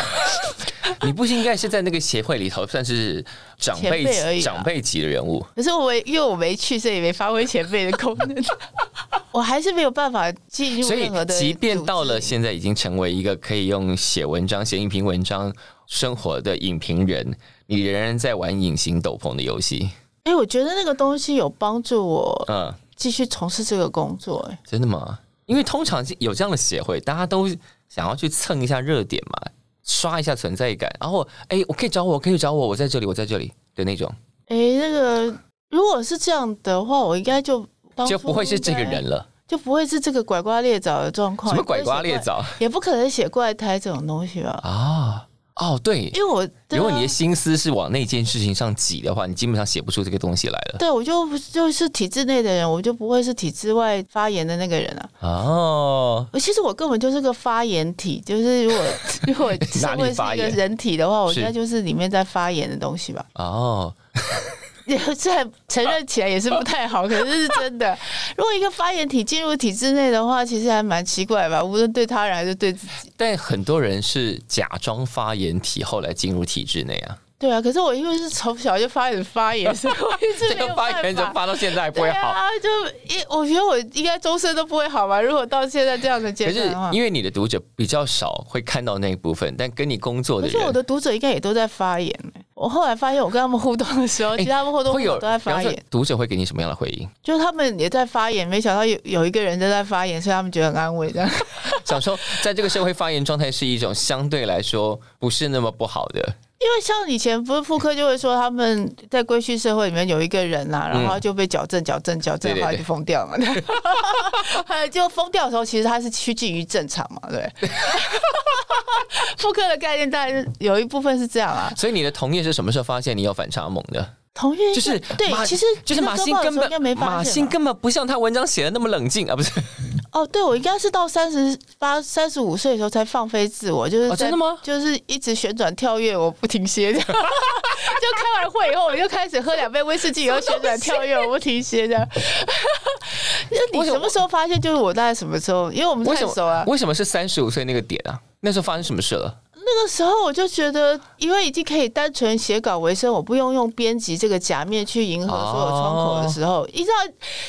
你不应该是在那个协会里头算是长
前
辈
辈而已啦啊
长辈级的人物，
可是我也因为我没去，所以也没发挥前辈的功能。 我还是没有办法进入
所以
任何的组织里。
即便到了现在，已经成为一个可以用写文章、写影评文章生活的影评人，你仍然在玩隐形斗篷的游戏。
哎、我觉得那个东西有帮助我
嗯，
继续从事这个工作、哎，
真的吗？因为通常有这样的协会，大家都想要去蹭一下热点嘛。刷一下存在感，然后哎、我可以找我，可以找我，我在这里，我在这里的那种，
诶，那个如果是这样的话，我应该就当
就
初
不会是这个
应该
人，了。
就不会是这个拐瓜裂枣的状况。
什么拐瓜裂枣
也不可能写怪，也不可能写怪胎这种东西吧？
啊？哦，对，
因为我对啊
如果你的心思是往那件事情上挤的话，你基本上写不出这个东西来了。
对我就不就是体制内的人，我就不会是体制外发言的那个人啊。
哦，
其实我根本就是个发言体，就是如果 如果社
哪里
会是
发
一个
言
人体的话，我
是
应该就是里面在发言的东西吧。
哦，
虽然承认起来也是不太好，可是是真的。如果一个发言体进入体制内的话，其实还蛮奇怪吧，无论对他人还是对自己。
但很多人是假装发言体，后来进入体制内啊。
对啊，可是我因为是从小就 发言发言，所以我一直
这
没有
个
办
发
法。
言怎么发到现在还不
对
会好？
啊，就一我觉得我应该终身都不会好吧？如果到现在这样的阶
可
段
是
的话，
因为你的读者比较少会看到那一部分，但跟你工作的
我觉得我
人
的读者应该也都在发言、欸。我后来发现，我跟他们互动的时候，其实他们互动
哎会有，
我都在发
比方说
言，
读者会给你什么样的回应？
就是他们也在发言。没想到有有一个人正在发言，所以他们觉得很安慰。这样
想说， 在这个社会发言状态是一种相对来说不是那么不好的，
因为像以前不是妇科就会说他们在规训社会里面有一个人呐、然后他就被矫正、矫正、矫正，
嗯对对
后来就
对
疯掉嘛。呃， 就疯掉的时候，其实他是趋近于正常嘛，对。 妇科的概念当然是有一部分是这样啊，
所以你的同业是什么时候发现你有反差萌的？
同月
就是
对
马，
其实
就是马
新
欣根
应该没
本
发
马
现
欣
嘛
根本不像他文章写的那么冷静啊，不是？
哦，对，我应该是到三十八、三十五岁的时候才放飞自我，就是、
哦真的吗？
就是一直旋转跳跃，我不停歇 这样。就开完会以后，我就开始喝两杯威士忌，然后旋转跳跃，我不停歇这样。 那你
为什么
什么时候发现？就是我大概什么时候？因为我们
为
太
什
熟啊了
么。为什么是三十五岁那个点啊？那时候发生什么事了？
那个时候我就觉得，因为已经可以单纯写稿为生，我不用用编辑这个假面去迎合所有窗口
哦
的时候，你知道，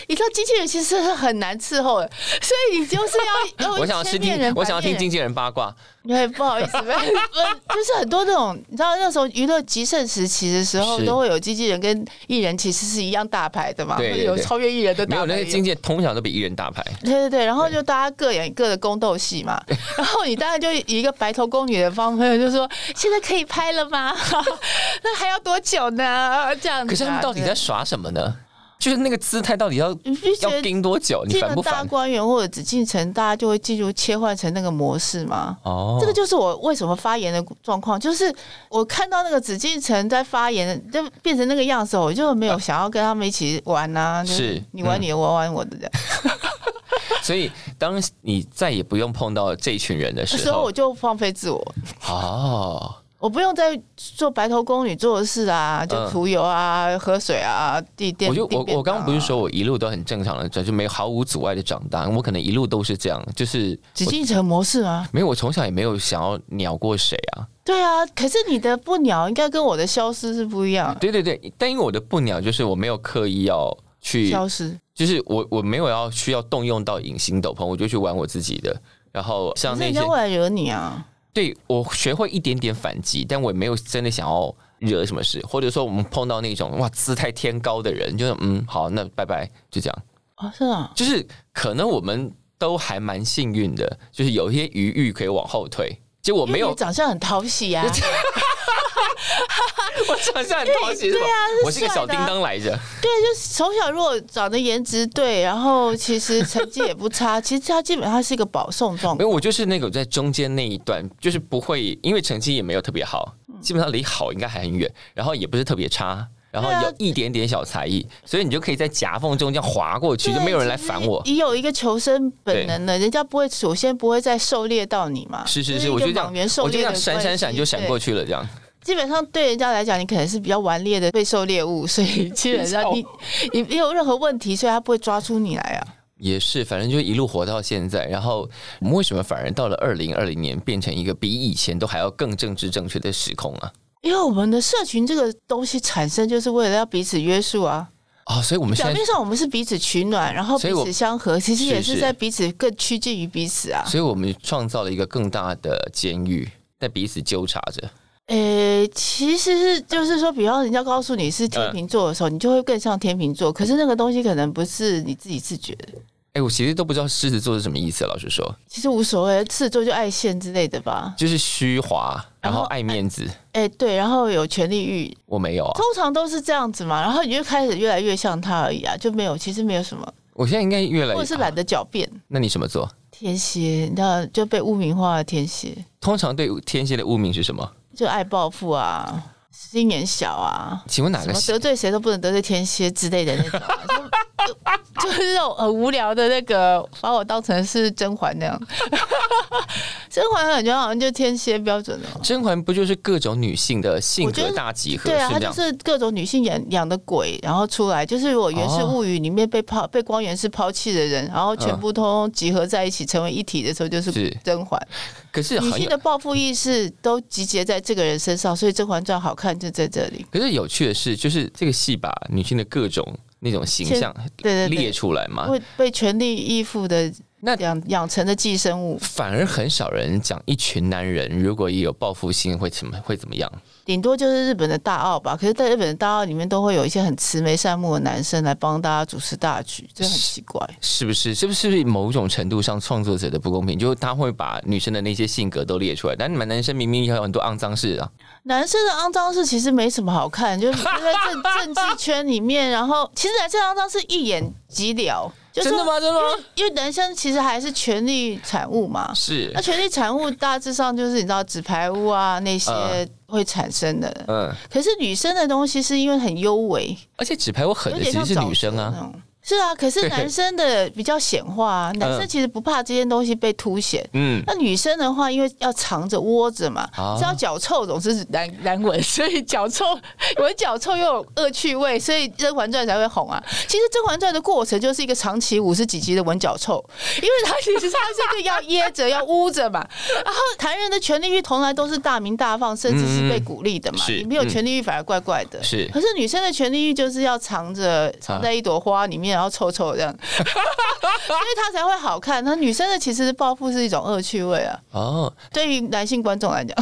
你知道经纪人其实是很难伺候的，所以你就是 要用
我想要吃
哦千面
听
人，
我想要
百面
听
人
经纪人八卦。
对，哎不好意思，没 不就是很多那种，你知道那时候娱乐极盛时期的时候，
是
都会有经纪人跟艺人其实是一样大牌的嘛，
对对
会有
对
超越艺人的
没
大
有
牌
那
也
些
有。
经纪人通常都比艺人大牌。
对对对，然后就大家各演各的宫斗戏 嘛，然后你当然就以一个白头宫女的方面就说，现在可以拍了吗？ 那还要多久呢？这样子啊、
可是他们到底在耍什么呢？就是那个姿态到底要
啊对？你必须觉
要
得
盯多久？你
进
烦
了
不
大
烦？
观园或者紫禁城，大家就会进入切换成那个模式吗？
哦
这个就是我为什么发言的状况，就是我看到那个紫禁城在发言，就变成那个样子，我就没有想要跟他们一起玩啊。就是你玩你的，我玩我的这
嗯
样。
所以当你再也不用碰到这一群人的时
所以
候
我，就放飞自我，
哦，
我不用再做白头宫女做的事啊，就
嗯
涂油啊、喝水啊、地垫。
我就我
地便
我刚
当
刚
啊
不是说我一路都很正常的，就没有毫无阻碍的长大，我可能一路都是这样，就是
紫
我
禁城模式吗？
没有我从小也没有想要鸟过谁啊，
对啊，可是你的不鸟应该跟我的消失是不一样，
对对对，但因为我的不鸟就是我没有刻意要去
消失。
就是我我没有要需要动用到隐形斗篷，我就去玩我自己的。然后
可
像
是
那
人
些
家，会来惹你啊。
对我学会一点点反击，但我也没有真的想要惹什么事，或者说我们碰到那种哇姿态天高的人，就是嗯好，那拜拜，就这样。
啊，是啊，
就是可能我们都还蛮幸运的，就是有一些余裕可以往后推。结果我
因为
没有
你，长相很讨喜 啊。
我想象很讨喜，
对
是
啊
吧
是
我是个
帅
小
的
叮
啊
当来着，
对，就是从小如果长得颜值对，然后其实成绩也不差，其实他基本上是一个保送状
因为
况。
我就是那个在中间那一段，就是不会，因为成绩也没有特别好，
嗯
基本上离好应该还很远，然后也不是特别差，然后
对啊
有一点点小才艺，所以你就可以在夹缝中这样划过去，
对
就没有人来烦我。
你有一个求生本能的，人家不会首先不会再狩猎到你嘛。
是是，
就是一个
我就这样，
莽原狩
我就
猎
这
的
样闪闪闪
关系
就闪过。去了，这样。
对基本上对人家来讲，你可能是比较顽劣的被狩猎物，所以基本上你你没有任何问题，所以他不会抓出你来啊。
也是，反正就一路活到现在。然后，我们为什么反而到了二零二零年变成一个比以前都还要更政治正确的时空啊？
因为我们的社群这个东西产生，就是为了要彼此约束啊。
哦，所以我们现
表
在
面，上我们是彼此取暖，然后
所
彼
以我
此相合，其实也
是
是
是
在彼此更趋近于彼此啊。
所以我们创造了一个更大的监狱，在彼此纠缠着。
呃，其实是就是说，比方人家告诉
嗯
你是天秤座的时候，你就会更像天秤座，可是那个东西可能不是你自己自觉的。
哎、哎，我其实都不知道狮子座是什么意思，老实说，
其实无所谓，狮子座就爱现之类的吧。
就是虚华，
然
然后
后
爱面子，
哎、对，然后有权利欲，
我没有啊
通。常都是这样子嘛。然后你就开始越来越像他而已啊，就没有，其实没有什么，
我现在应该越来
或者
越啊
是懒得狡辩。
那你什么座？
天蝎，那就被污名化的天蝎，
通常对天蝎的污名是什么？
就爱报复啊，心眼小啊，
请问哪
什
个
么
星
得罪谁都不能得罪天蝎之类的那种啊、就 就是那种很无聊的那个，把我当成是甄嬛那样。 甄嬛感觉好像就天蝎标准的嘛，
甄嬛不就是各种女性的性
我觉
格
得
大集合
对啊，
是
她
这
就
样？
是各种女性养养的鬼，然后出来就是我《源氏物语》里面被
哦
抛、被光源氏抛弃的人，然后全部通集合在一起成为一体的时候，就是
是
甄嬛。
可是
女
很
性
有
的报复意识都集结在这个人身上，所以《甄嬛传》好看就在这里。
可是有趣的是，就是这个戏把女性的各种那种形象
对对
列
对，
出来嘛，
会被权力依附的
啊那
养养成的寄生物，
反而很少人讲一群男人如果也有报复心会怎么会怎么样？
顶多就是日本的大奥吧。可是，在日本的大奥里面，都会有一些很慈眉善目的男生来帮大家主持大局，这很奇怪。
是不是？是不是某种程度上创作者的不公平？就是他会把女生的那些性格都列出来，但你们男生明明也有很多肮脏事啊。
男生的肮脏事其实没什么好看，就是在政政治圈里面，然后其实男生的肮脏事一眼即了，就是
真的吗？真的吗？
因为男生其实还是权力产物嘛。
是
那，权力产物大致上就是你知道纸牌屋啊那些
嗯
会产生的，
嗯，
可是女生的东西是因为很幽微，
而且纸牌我狠
有
的
点
其
像
实是啊女
沼
生
泽那
啊，
种。是啊，可是
对
男生的比较显化、啊，男生其实不怕这些东西被凸显。
嗯，
那女生的话，因为要藏着窝着嘛，
啊
知道脚臭总是难难闻， 所以脚臭有人脚臭又有恶趣味，所以《甄嬛传》才会红啊。其实《甄嬛传》的过程就是一个长期五十几集的闻脚臭，因为他其实他这个要掖着要捂着嘛。然后男人的权利欲从来都是大鸣大放，甚至是被鼓励的嘛。
嗯是
你没有
嗯
权利欲反而怪怪的。
是
可是女生的权利欲就是要藏着藏在一朵花里面，然后臭臭这样。所以它才会好看。那女生的其实报复是一种恶趣味啊，
哦，
对于男性观众来讲，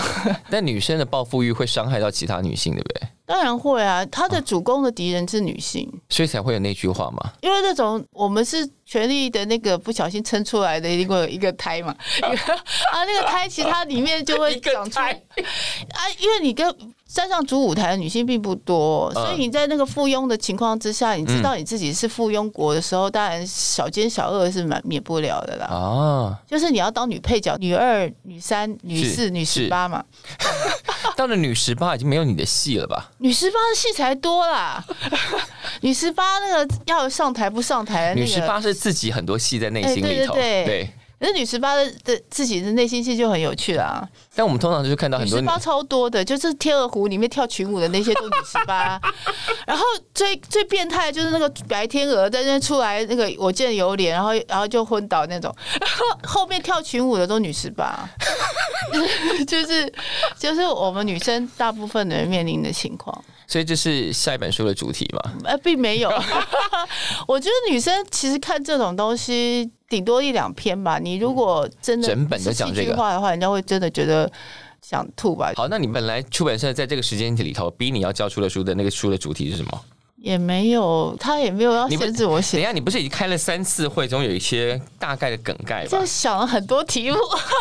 但女生的报复欲会伤害到其他女性，对不对？
当然会啊。他的主攻的敌人是女性，
所以才会有那句话嘛。
因为那种我们是权力的那个不小心撑出来的一个一个胎 嘛，啊，那个胎其实它里面就会
一个
长出
胎
啊，因为你跟站上主舞台的女性并不多，
嗯
所以你在那个附庸的情况之下，你知道你自己是附庸国的时候，当然小奸小恶是免免不了的啦。
啊，
就是你要当女配角，女二、女三、女
是
四、女
是
十八嘛，
到了女十八已经没有你的戏了吧？
女十八的戏才多 啦。女十八那个要上台不上台的那个，
女十八是自己很多戏在内心
哎
里头，
对对对可是女十八的的自己的内心戏就很有趣啦。
但我们通常就是看到
女
很多
十
女
八超多的，就是天鹅湖里面跳群舞的那些都女十 八。然后最最变态的就是那个白天鹅在那出来，那个我见犹怜，然后然后就昏倒那种。然后后面跳群舞的都女十 八。就是就是我们女生大部分的人面临的情况。
所以这是下一本书的主题嘛。
呃，并没有。 我觉得女生其实看这种东西，顶多一两篇吧。你如果真的
嗯整本都讲这个
是戏剧化的话，人家会真的觉得想吐吧。
好，那你本来出版社在这个时间里头逼你要交出的书的那个书的主题是什么？
也没有，他也没有要
你不
限制我
等一
写。
下，你不是已经开了三次会，总有一些大概的梗概吧
就？想了很多题目，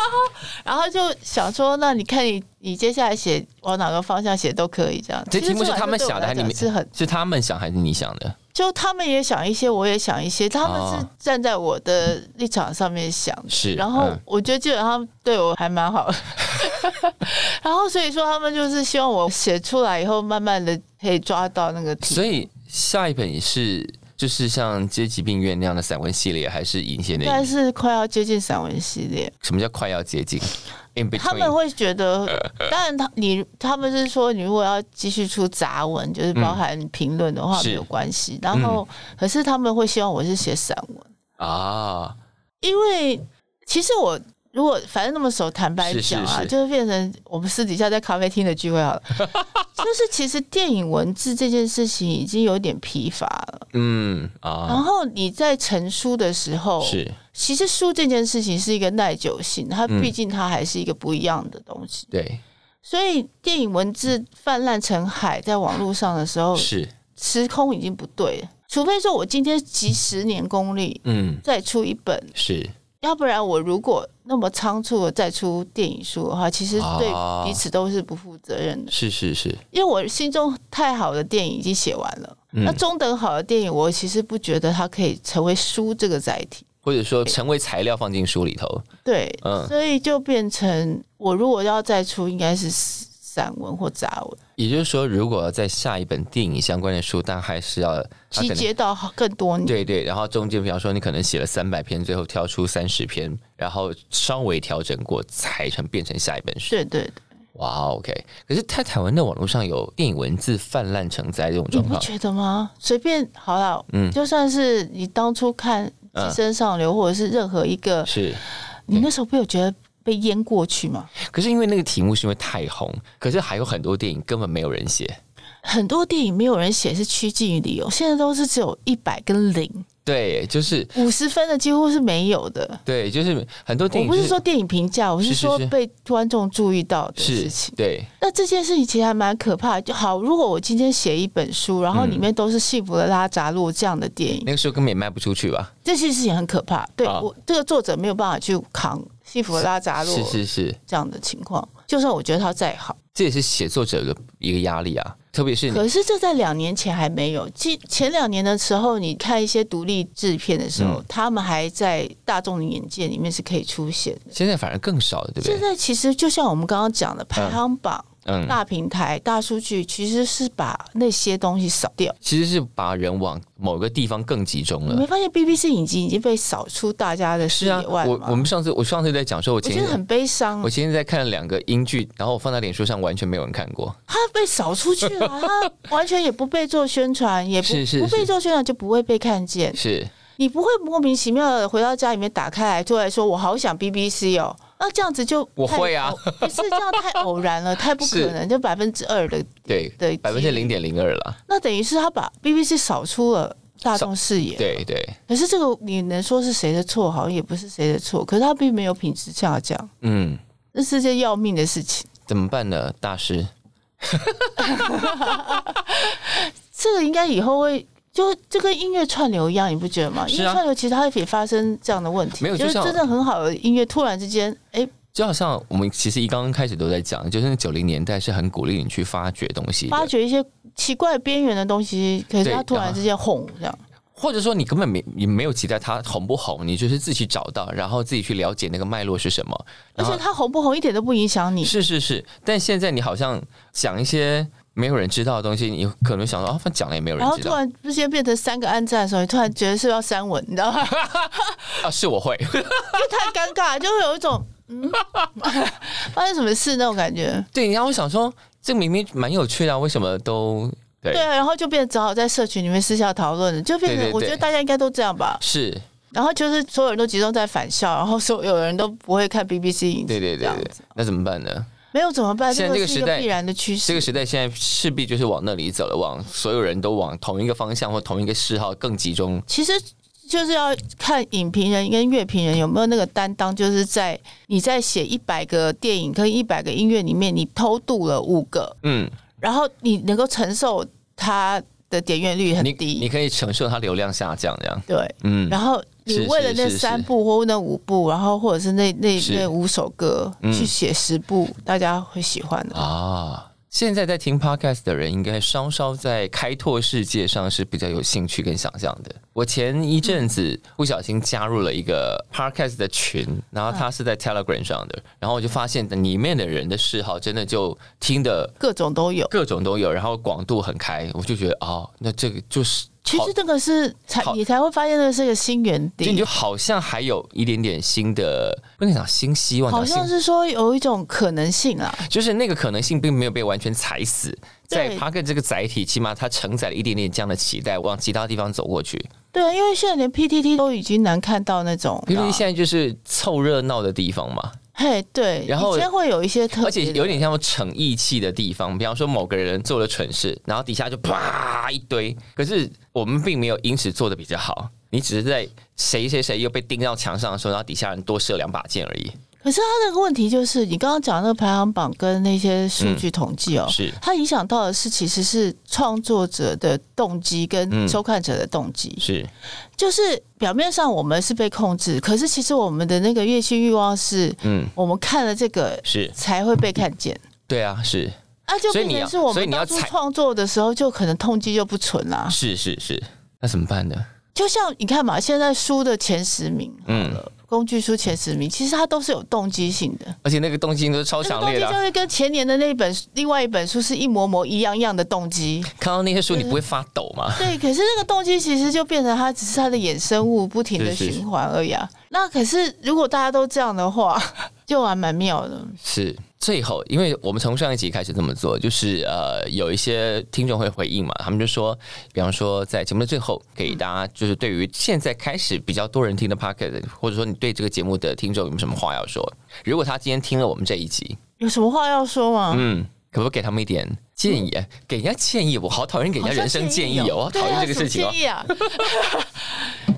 然后就想说，那你看你你接下来写往哪个方向写都可以这样。
这
其实
题目是
出版社
他们
对我
想的
来
还是你
讲是很
是他们想还是你想的？
就他们也想一些，我也想一些，他们是
哦
站在我的立场上面想的。
是
然后
嗯
我觉得基本上对我还蛮 好的。然后所以说他们就是希望我写出来以后，慢慢的可以抓到那个题。
所以下一本是就是像《阶级病院》那样的散文系列，还是引线的
但是快要接近散文系列，
什么叫快要接近？In
他们
between，
会觉得，
呃
当然他你他们是说，你如果要继续出杂文，就是包含评论的话
是嗯
没有关系。然后、可是他们会希望我是写散文。
啊，
因为其实我如果反正那么熟，坦白讲啊，
是是是
就是变成我们私底下在咖啡厅的聚会 好了。就是其实电影文字这件事情已经有点疲乏了，
嗯
然
啊，
后你在成书的时候，
是
其实书这件事情是一个耐久性，它
嗯
毕竟它还是一个不一样的东西。
对，
所以电影文字泛滥成海，在网络上的时候，
是
时空已经不对了。除非说我今天集十年功力
嗯，
再出一本，
是
要不然我如果那么仓促的再出电影书的话，其实
哦
对彼此都是不负责任的。
是是是，
因为我心中太好的电影已经写完了，
嗯
那中等好的电影，我其实不觉得它可以成为书这个载体。
或者说成为材料放进书里头，
对，
嗯
所以就变成我如果要再出，应该是散文或杂文，
也就是说，如果要在下一本电影相关的书，但还是要
集
它可能
结到更多年。
对对，然后中间比方说你可能写了三百篇，最后挑出三十篇，然后稍微调整过才成变成下一本书。
对对，
哇，OK。可是在台湾的网络上有电影文字泛滥成灾这种
你
状
不
况，
觉得吗？随便好了，
嗯
就算是你当初看《寄生上流》或者是任何一个，
是。
你那时候不有觉得被淹过去吗？
可是因为那个题目是因为太红，可是还有很多电影根本没有人写。
很多电影没有人写是趋近于理由，现在都是只有一百跟零，
对，就是
五十分的几乎是没有的。
对，就是很多
我
电影、
不
就是
说电影评价，我
是
是
是
说
是
被观众注意到的事
是
情。
对，
那这件事情其实还蛮可怕的。就好，如果我今天写一本书，然后里面都是《幸福的拉扎洛》这样的电影，
嗯那个时候根本也卖不出去吧？
这件事情很可怕。对、
啊
我这个作者没有办法去扛《幸福的拉扎洛
是》是是，
这样的情况，就算我觉得他再好，
这也是写作者的一个压力啊，特别是你
可是这在两年前还没有。前前两年的时候，你看一些独立制片的时
嗯
候，他们还在大众的眼界里面是可以出现的。
现在反而更少了，对不
现
对？
在其实就像我们刚刚讲的，排行榜、
嗯，
大平台、大数据，其实是把那些东西扫掉。
其实是把人往某个地方更集中
你没
了。
发现 BBC 影集已经被扫出大家的视
嗯是啊，
野外
我
了
我
吗？
们上次我上次在讲说，我
我
前
觉得
天
很悲伤啊
我，前天在看两个英剧，然后我放在脸书上，完全没有人看过。
他被扫出去 了，他完全也不被做宣传，也不
是是
不被
是
做宣传就不会被看见。
是
你不会莫名其妙的回到家里面打开来，突然说我好想 BBC 哦，那这样子就
我
太
会啊
偶，不是这样太偶然了，太不可
是
能，就百分之二的，
对
对，
百分之零点零二了。
那等于是他把 BBC 扫出了大众视野。
对对，
可是这个你能说是谁的错？好像也不是谁的错，可是他并没有品质下降，
嗯，
这是件要命的事情。
怎么办呢，大师？
这个应该以后会。就就跟音乐串流一样，你不觉得吗？音
是啊
乐串流其实它也发生这样的问题，
没有
就是
就像
真的很好的音乐，突然之间，哎、
就好像我们其实一刚刚开始都在讲，就是九零年代是很鼓励你去发掘东西的，
发掘一些奇怪边缘的东西，可是
对
它突然之间哄这样。
或者说你根本没你没有期待它红不红，你就是自己找到，然后自己去了解那个脉络是什么。
而
然后
且它红不红一点都不影响你，
是是是，但现在你好像讲一些没有人知道的东西，你可能想说啊，反正讲了也没有
然
人
后
知
突
道
然之间变成三个暗赞的时候，你突然觉得是不是要删文，你知道 吗？
啊，是我会，
就太尴尬，就会有一种嗯， 发生什么事那种感觉。
对，然后我想说，这明明蛮有趣的、啊，为什么都对
对啊，然后就变成只好在社群里面私下讨论了，就变成
对对对
我觉得大家应该都这样吧。
是？
然后就是所有人都集中在返校，然后所有人都不会看 BBC 影集，
对对
这
对
样
对
子，
那怎么办呢？
没有怎么办？
现在
这
这个
是一
时
个
代
必然的趋势。
这个时代现在势必就是往那里走了，往所有人都往同一个方向或同一个嗜好更集中。
其实就是要看影评人跟乐评人有没有那个担当，就是在你在写一百个电影跟一百个音乐里面，你偷渡了五个，
嗯，
然后你能够承受它的点阅率很
你你
低，
可以承受它流量下降这样。
对，
嗯，
然后。
是
你
是
为了那
是是
三部或那五部，然后或者是那那
是
那五首歌
嗯
去写十部，大家会喜欢的。
啊，现在在听 podcast 的人，应该稍稍在开拓世界上是比较有兴趣跟想象的。我前一阵子不小心加入了一个 podcast 的群，然后它是在 Telegram 上的，然后我就发现里面的人的嗜好真的就听的
各种都有。
各种都有，然后广度很开，我就觉得哦，那这个就是
其
好
实这个是才
好
你才会发现那个是个新原
就你
地
就，好像还有一点点新的，不能讲新希望，
好
讲新
像是说有一种可能性啊啦。
就是那个可能性并没有被完全踩死，在
对
p a r k 这个载体，起码它承载了一点点这样的期待，往其他地方走过去。
对啊，因为现在连 PTT 都已经难看到那种
因为
了
现在就是凑热闹的地方嘛，
嘿，对，
然后
以前会有一些特别，
而且有点像逞义气的地方。比方说某个人做了蠢事，然后底下就啪一堆，可是我们并没有因此做的比较好，你只是在谁谁谁又被钉到墙上的时候，然后底下人多射两把箭而已。
可是他那个问题就是，你刚刚讲那个排行榜跟那些数据统计哦，
嗯是
它影响到的是其实是创作者的动机跟
嗯
收看者的动机。
是
就是表面上我们是被控制，可是其实我们的那个月薪欲望是，
嗯
我们看了这个
是，
才会被看见。
对啊是
啊，就
所
变
以你
成
要
是我
所以
们
你要
当初
踩
创作的时候，就可能动机就不纯啦、
是是是，那怎么办呢？
就像你看嘛，现在书的前十名，
嗯，
工具书前十名，其实它都是有动机性的。
而且那个动机都是超
那个
强
动
烈
机
的啊、
就会跟前年的那一本另外一本书是一模模一样样的动 机。
看到那些书你不会发抖吗？
对，可是那个动机其实就变成它只是它的衍生物，不停的
是是是
循环而已啊。那可是如果大家都这样的话， 就还蛮妙的。
是最后，因为我们从上一集开始这么做，就是呃，有一些听众会回应嘛，他们就说，比方说在节目的最后，给大家就是对于现在开始比较多人听的 Pocket，或者说你对这个节目的听众有没有什么话要说？如果他今天听了我们这一集，
有什么话要说吗？
嗯，可不可以给他们一点建议？哎给人家建议，我好讨厌给人家人生建议哦，我好
对
讨
啊
厌这个事情
什
哦
么。建议啊，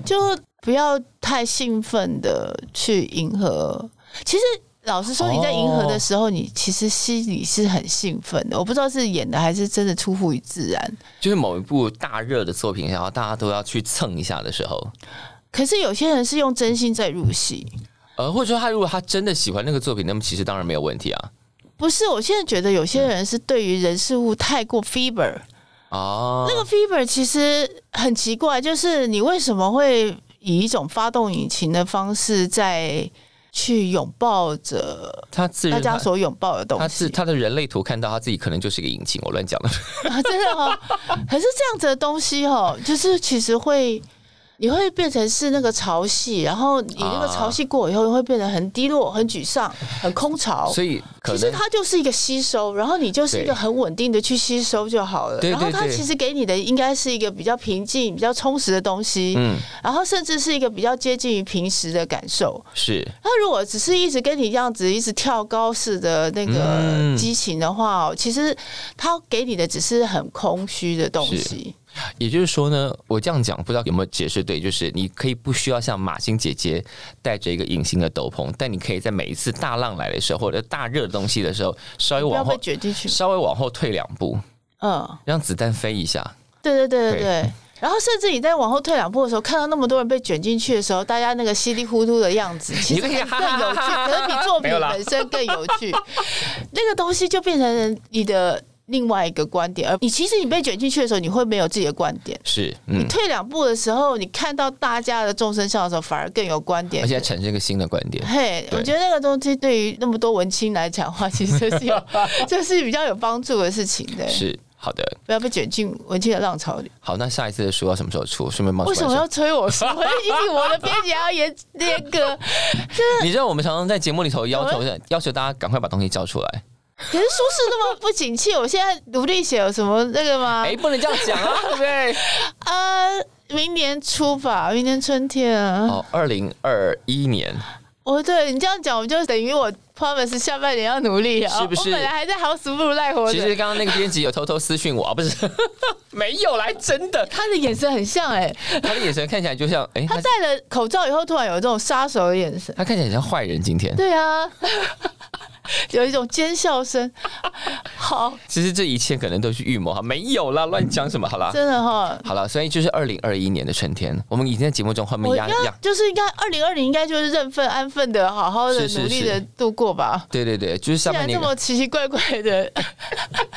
就不要太兴奋的去迎合。其实老实说，你在迎合的时候，你其实心里是很兴奋的。我不知道是演的还是真的出乎于自然。
就是某一部大热的作品，然后大家都要去蹭一下的时候，
可是有些人是用真心在入戏，
呃，或者说他如果他真的喜欢那个作品，那么其实当然没有问题啊。
不是？我现在觉得有些人是对于人事物太过 fever，、
哦，
那个 fever 其实很奇怪，就是你为什么会以一种发动引擎的方式在去拥抱着
他自
大
认
家
他
所拥抱的东
他自
西？
他的人类图看到他自己可能就是一个引擎，我乱讲的。
啊真的 哦，可是这样子的东西哦，就是其实会。你会变成是那个潮汐，然后你那个
啊
潮汐过以后，会变得很低落、很沮丧、很空巢。
所以可
哦其实
能
它就是一个吸收，然后你就是一个
对
很稳定的去吸收就好了。
对对
然后它
对
其实给你的应该是一个比较平静、比较充实的东西，
嗯
然后甚至是一个比较接近于平时的感受。
是
它如果只是一直跟你这样子一直跳高式的那个
嗯
激情的话，哦，其实它给你的只是很空虚的东西。
也就是说呢，我这样讲不知道有没有解释对，就是你可以不需要像马欣姐姐带着一个隐形的斗篷，但你可以在每一次大浪来的时候，或者大热的东西的时候，稍微
不要
往
被
后
卷进去。
稍微往后退两步，
嗯，
让子弹飞一下。
对对对对
对
对。然后甚至你在往后退两步的时候，看到那么多人被卷进去的时候，大家那个稀里糊涂的样 子，其
你
实
就可以哈
更
哈
有
哈
趣，
哈
可是比作品
没有啦
本身更有趣。 那个东西就变成你的另外一个观点，而你其实你被卷进去的时候，你会没有自己的观点。
是，嗯，
退两步的时候，你看到大家的众生相的时候，反而更有观点
而。且还产生一个新的观点。
嘿
对
我觉得那个东西对于那么多文青来讲的话，其实这是有， 这是比较有帮助的事情的。
是，好的，
不要被卷进文青的浪潮里。
好，那下一次的书要什么时候出？顺便帮我
为什
关
么
上
要催我说？我已经我的编辑还要严严 格，
你知道我们常常在节目里头要求要求大家赶快把东西交出来。
可是书市那么不景气，我现在努力写有什么那个吗
哎、？不能这样讲 啊，对不对？
呃，明年初吧，明年春天啊。
哦，二零二一年，
哦，对你这样讲，我就等于我 promise 下半年要努力啊。
是不是
我本来还在好死不如赖活
其实
着。
刚刚那个编辑有偷偷私讯我啊， 不是，没有来，真的，
他的眼神很像哎、
他的眼神看起来就像，哎、
他
他
戴了口罩以后，突然有这种杀手的眼神。
他看起来很像坏人。今天，
对 啊，有一种尖笑声。好，
其实这一切可能都是预谋哈，没有啦，乱讲什么？好啦，
真的哈、
好了，所以就是二零二一年的春天，我们已经在节目中后面
我应
压
该
压。
就是应该二零二零应该就是认份安分的，好好的
是是
努力
是
的度过吧。
对对对，就
既
是下半
然
年
这么奇奇怪怪的，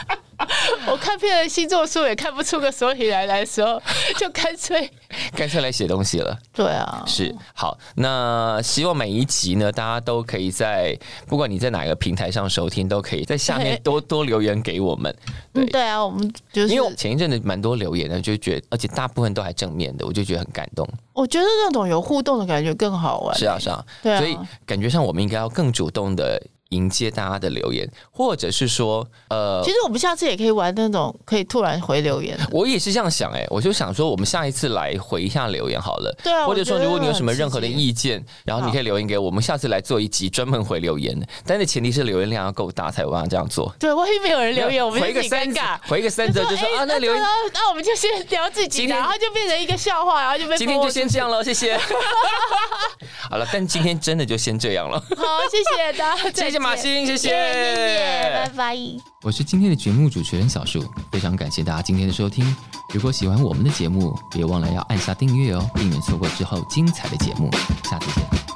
我看遍了星座书也看不出个所以然来的时候， 就干脆
干脆来写东西了。
对啊，
是好，那希望每一集呢，大家都可以在不管你在哪个平台上收听，都可以在下面多多留言给我们。对
嗯，，对啊，我们就是
因为我前一阵子蛮多留言的，就觉得，而且大部分都还正面的，我就觉得很感动。
我觉得那种有互动的感觉更好玩。
是啊，是啊，
对啊
所以感觉上我们应该要更主动的。迎接大家的留言，或者是说，呃
其，实我们下次也可以玩那种可以突然回留 言的。
我也是这样想、哎，我就想说，我们下一次来回一下留言好了。
对啊
或者说，
我觉得
如果你有什么
很
任何的
刺激
意见，然后你
好
可以留言给我，我们下次来做一集专门回留言。但是前提是留言量要够大，才有办法这样做。
对，万一没有人留
没
言，
有
我们就
回
自
个
己尴
三
尬。
折回个三折就说
哎
啊，那留
对
言
啊那我们就先聊自己
今
的，
天
然后就变成一个笑话，然后就被
今天
播
就先这样了，谢 谢。好了，但今天真的就先这样了。
好，谢谢大家，
谢谢马欣，谢谢，
拜拜。
我是今天的节目主持人小树，非常感谢大家今天的收听。如果喜欢我们的节目，别忘了要按下订阅哦，避免错过之后精彩的节目。下次见。